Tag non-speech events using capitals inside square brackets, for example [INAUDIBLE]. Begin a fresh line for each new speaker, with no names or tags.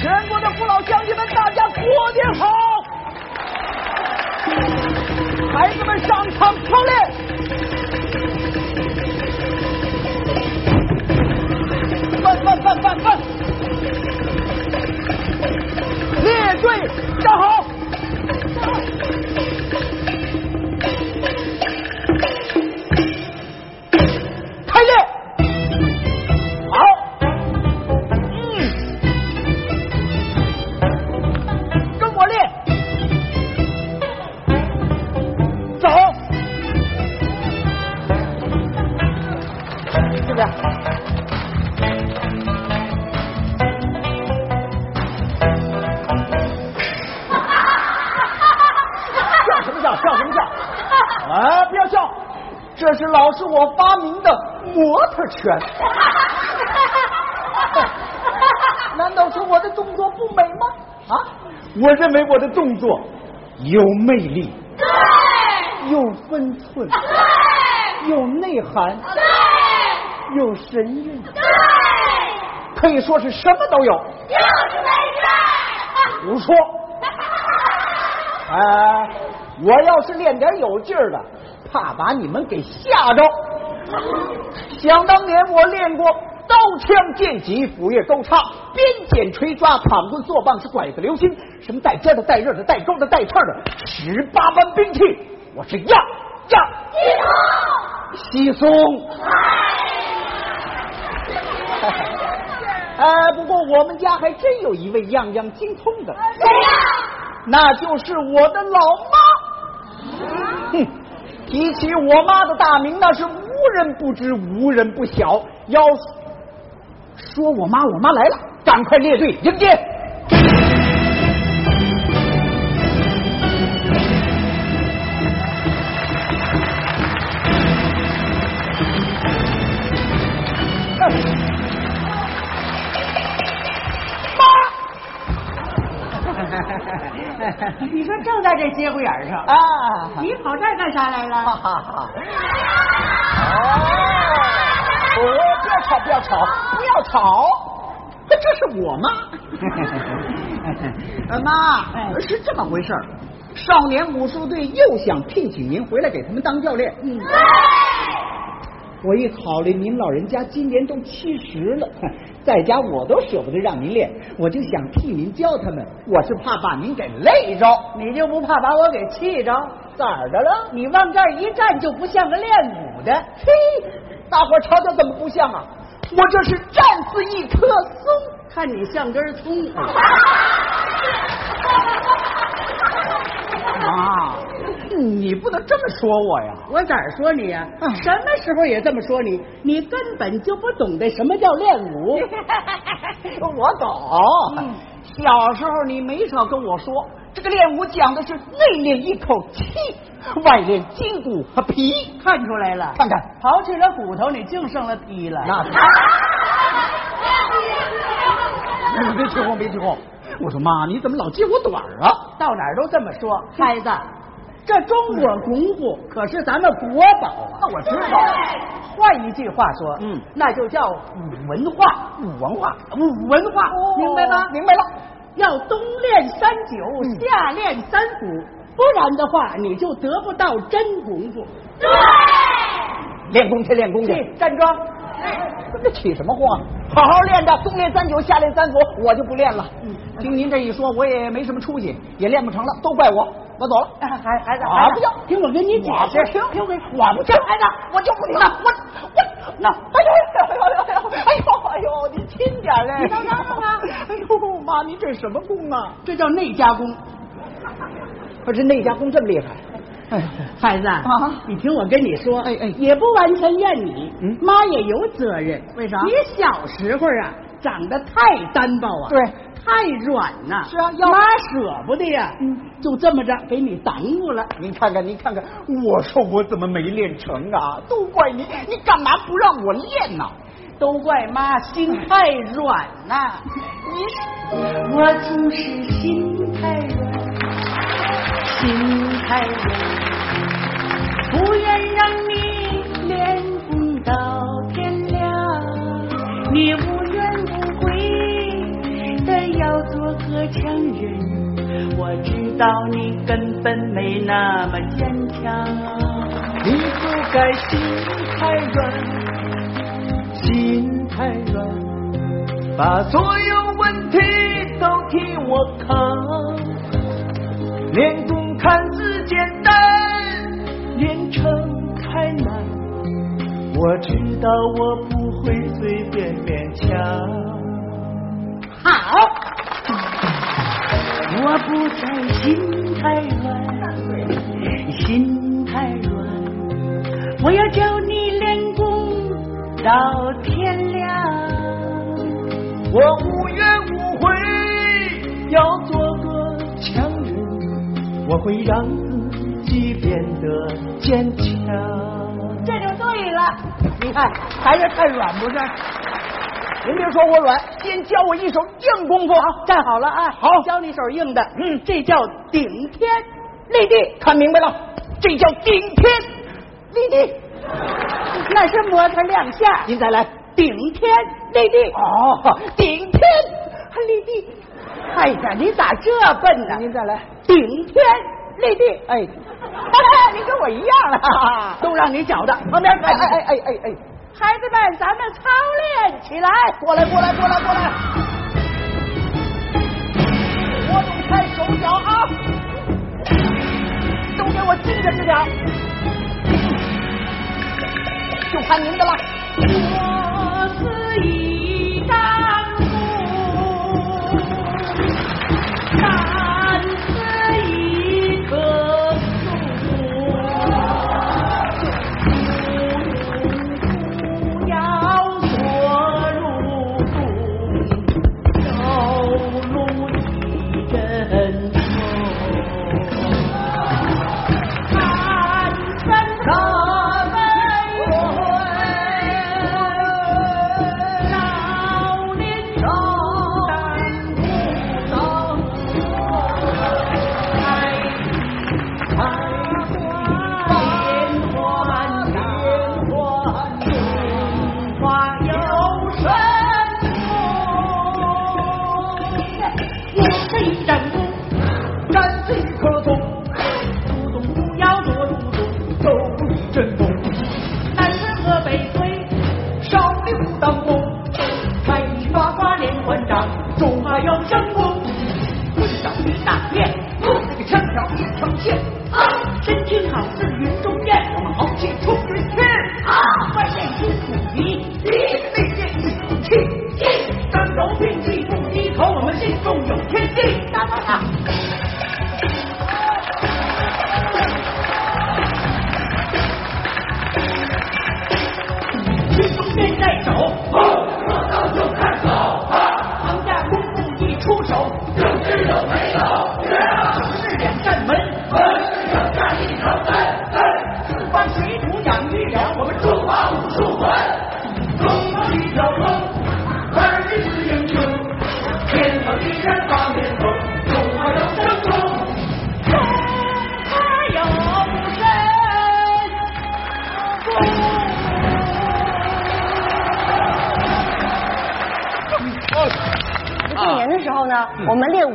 全国的父老乡亲们，大家过年好！孩子们上场操练。翻翻翻翻翻！列队站好！开列！好！嗯，跟我练！走！这边。笑什么笑？笑什么笑？啊！不要笑，这是老师我发明的模特拳。难道说我的动作不美吗？啊！我认为我的动作有魅力，对，有分寸，对，有内涵，对，有神韵，对，可以说是什么都有。胡说！哎，我要是练点有劲儿的，怕把你们给吓着。想当年我练过刀枪剑戟斧钺钩叉、鞭锏锤抓、躺棍坐棒是拐子流星，什么带尖的、带刃的、带钩的、带刺儿的，十八般兵器，我是样样稀松。哎，不过我们家还真有一位样样精通的。那就是我的老妈。哼，提起我妈的大名，那是无人不知，无人不晓。要说我妈，我妈来了，赶快列队迎接。
你说正在这节骨眼上，
啊
你跑这儿干啥来
哈
了？
哈哈！哦，不要吵，不要吵，不要吵！这是我妈。呃妈，是这么回事儿少年武术队又想聘请您回来给他们当教练。嗯，我一考虑，您老人家今年都七十了， [LAUGHS] 哼在家我都舍不得让您练，我就想替您教他们。我是怕把您给累着。
你就不怕把我给气着？
咋儿的了？
你往这儿一站就不像个练武的。
嘿，大伙儿瞧瞧怎么不像啊？我这是战死一棵松。
看你像根葱，
[LAUGHS] 啊，你不能这么说我呀！
我咋说你呀、
哎
什么时候也这么说你？你根本就不懂得什么叫练武。
我懂、小时候你没少跟我说，这个练武讲的是内练一口气，外练筋骨和皮。
看出来了，
看看，
刨去了骨头，你净剩了皮了。
那你嗯别起哄，别起哄！我说妈，你怎么老揭我短儿啊？
到哪儿都这么说，孩子，这中国功夫可是咱们国宝啊！
嗯那我知道。
换一句话说，
嗯
那就叫武文化，
武文化，
武文化，明白吗？
哦明白了。嗯
要冬练三九，夏练三伏，不然的话，你就得不到真功夫。
练功去，练功去。
去站桩，
这起什么哄啊？好好练着，冬练三九，夏练三伏，我就不练了。听您这一说，我也没什么出息，也练不成了，都怪我。我走了。
哎孩孩子，
啊
孩子
不要
听我跟你解释，
我不听
听我跟
我不听，孩子，我就不听了。我我那，哎呦哎呦哎呦哎呦哎呦，您轻点嘞！
你等等等啊
[LAUGHS] 哎呦妈，您这是什么功啊？
这叫内家功。
不是那家功这么厉害？哎呦，
孩子
啊
你听我跟你说，
哎哎
也不完全怨你，
嗯
妈也有责任。
为啥
你小时候啊，长得太单薄啊，
对，
太软呐、
是啊要
妈舍不得呀、
嗯
就这么着给你耽误了。
您看看，您看看，我说我怎么没练成啊？都怪你，你干嘛不让我练呢？
都怪妈心太软呐、
你是。
我总是心太软，心太软，不愿让你练功到天亮。你无怨无悔的要做个强人，我知道你根本没那么坚强。你不该心太软，心太软，把所有问题都替我扛。练功看似简单，练成太难。我知道我不会随便勉强。
好，
我不再心太软，心太软，我要教你练功到天亮。我无怨无悔，要做个强人，我会让自己变得坚强。
这就对了。你看，还是太软不是？您别说我软，先教我一手硬功夫。好，站好了啊！好，教你手硬的。嗯，这叫顶天立地。看明白了，这叫顶天立地。那是模特亮相。您再来，顶天立地。哦，顶天立地。哎呀，你咋这笨呢？您再来，顶天立地。哎，你跟我一样了，都让你搅的。旁边，哎哎哎哎哎。孩子们，咱们操练起来！过来，过来，过来，过来！活动开手脚啊，都给我盯着支点儿，就看您的了。
我是一丈木，山是一棵树，不要说入土，走路一阵痛。看山河为我贵，老林中担不走，开开花莲花莲花，中华有神功，我是一丈木，站是一棵松。不动不摇多入动，走一阵风。南风和北吹，少林武当功，开一发花连环掌，中华有神功。棍掌一大片，那个枪条一条线，身轻好似云中雁，我们豪气冲云天。啊万箭金虎皮，内剑一股气，三头并进不低头，我们心中有天地。大大大。披风剑在手，说到就看走。行家功夫一出手，有之有没有？是两扇门，门是两扇一条三三。四方水土养育了我们中华武术馆。中华一条龙，儿女是英雄，天上一山八面风，中华有神功。中华有神功。
过年的时候呢，我们练武。